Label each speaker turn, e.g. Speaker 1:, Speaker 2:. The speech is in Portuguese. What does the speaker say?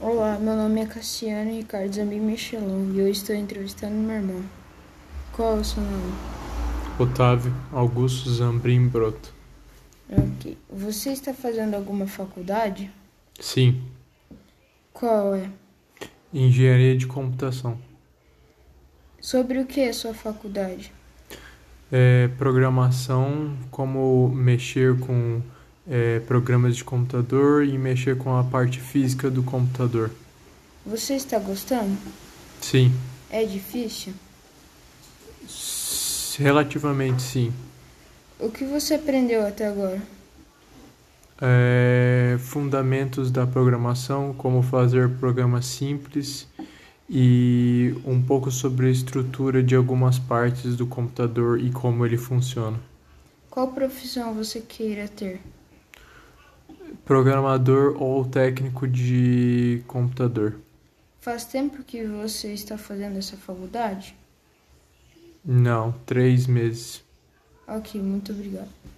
Speaker 1: Olá, meu nome é Cassiano Ricardo Zambi Michelon e eu estou entrevistando meu irmão. Qual é o seu nome?
Speaker 2: Otávio Augusto Zambrim Broto.
Speaker 1: Ok. Você está fazendo alguma faculdade?
Speaker 2: Sim,
Speaker 1: Qual é?
Speaker 2: engenharia de computação.
Speaker 1: Sobre o que é sua faculdade?
Speaker 2: É, programação, como mexer com é, programas de computador e mexer com a parte física do computador.
Speaker 1: Você está gostando?
Speaker 2: Sim,
Speaker 1: É difícil?
Speaker 2: s- relativamente sim.
Speaker 1: O que você aprendeu até agora?
Speaker 2: É, fundamentos da programação, como fazer programas simples e um pouco sobre a estrutura de algumas partes do computador e como ele funciona.
Speaker 1: Qual profissão você queira ter?
Speaker 2: Programador ou técnico de computador?
Speaker 1: Faz tempo que você está fazendo essa faculdade?
Speaker 2: Não, três meses.
Speaker 1: Ok, muito obrigado.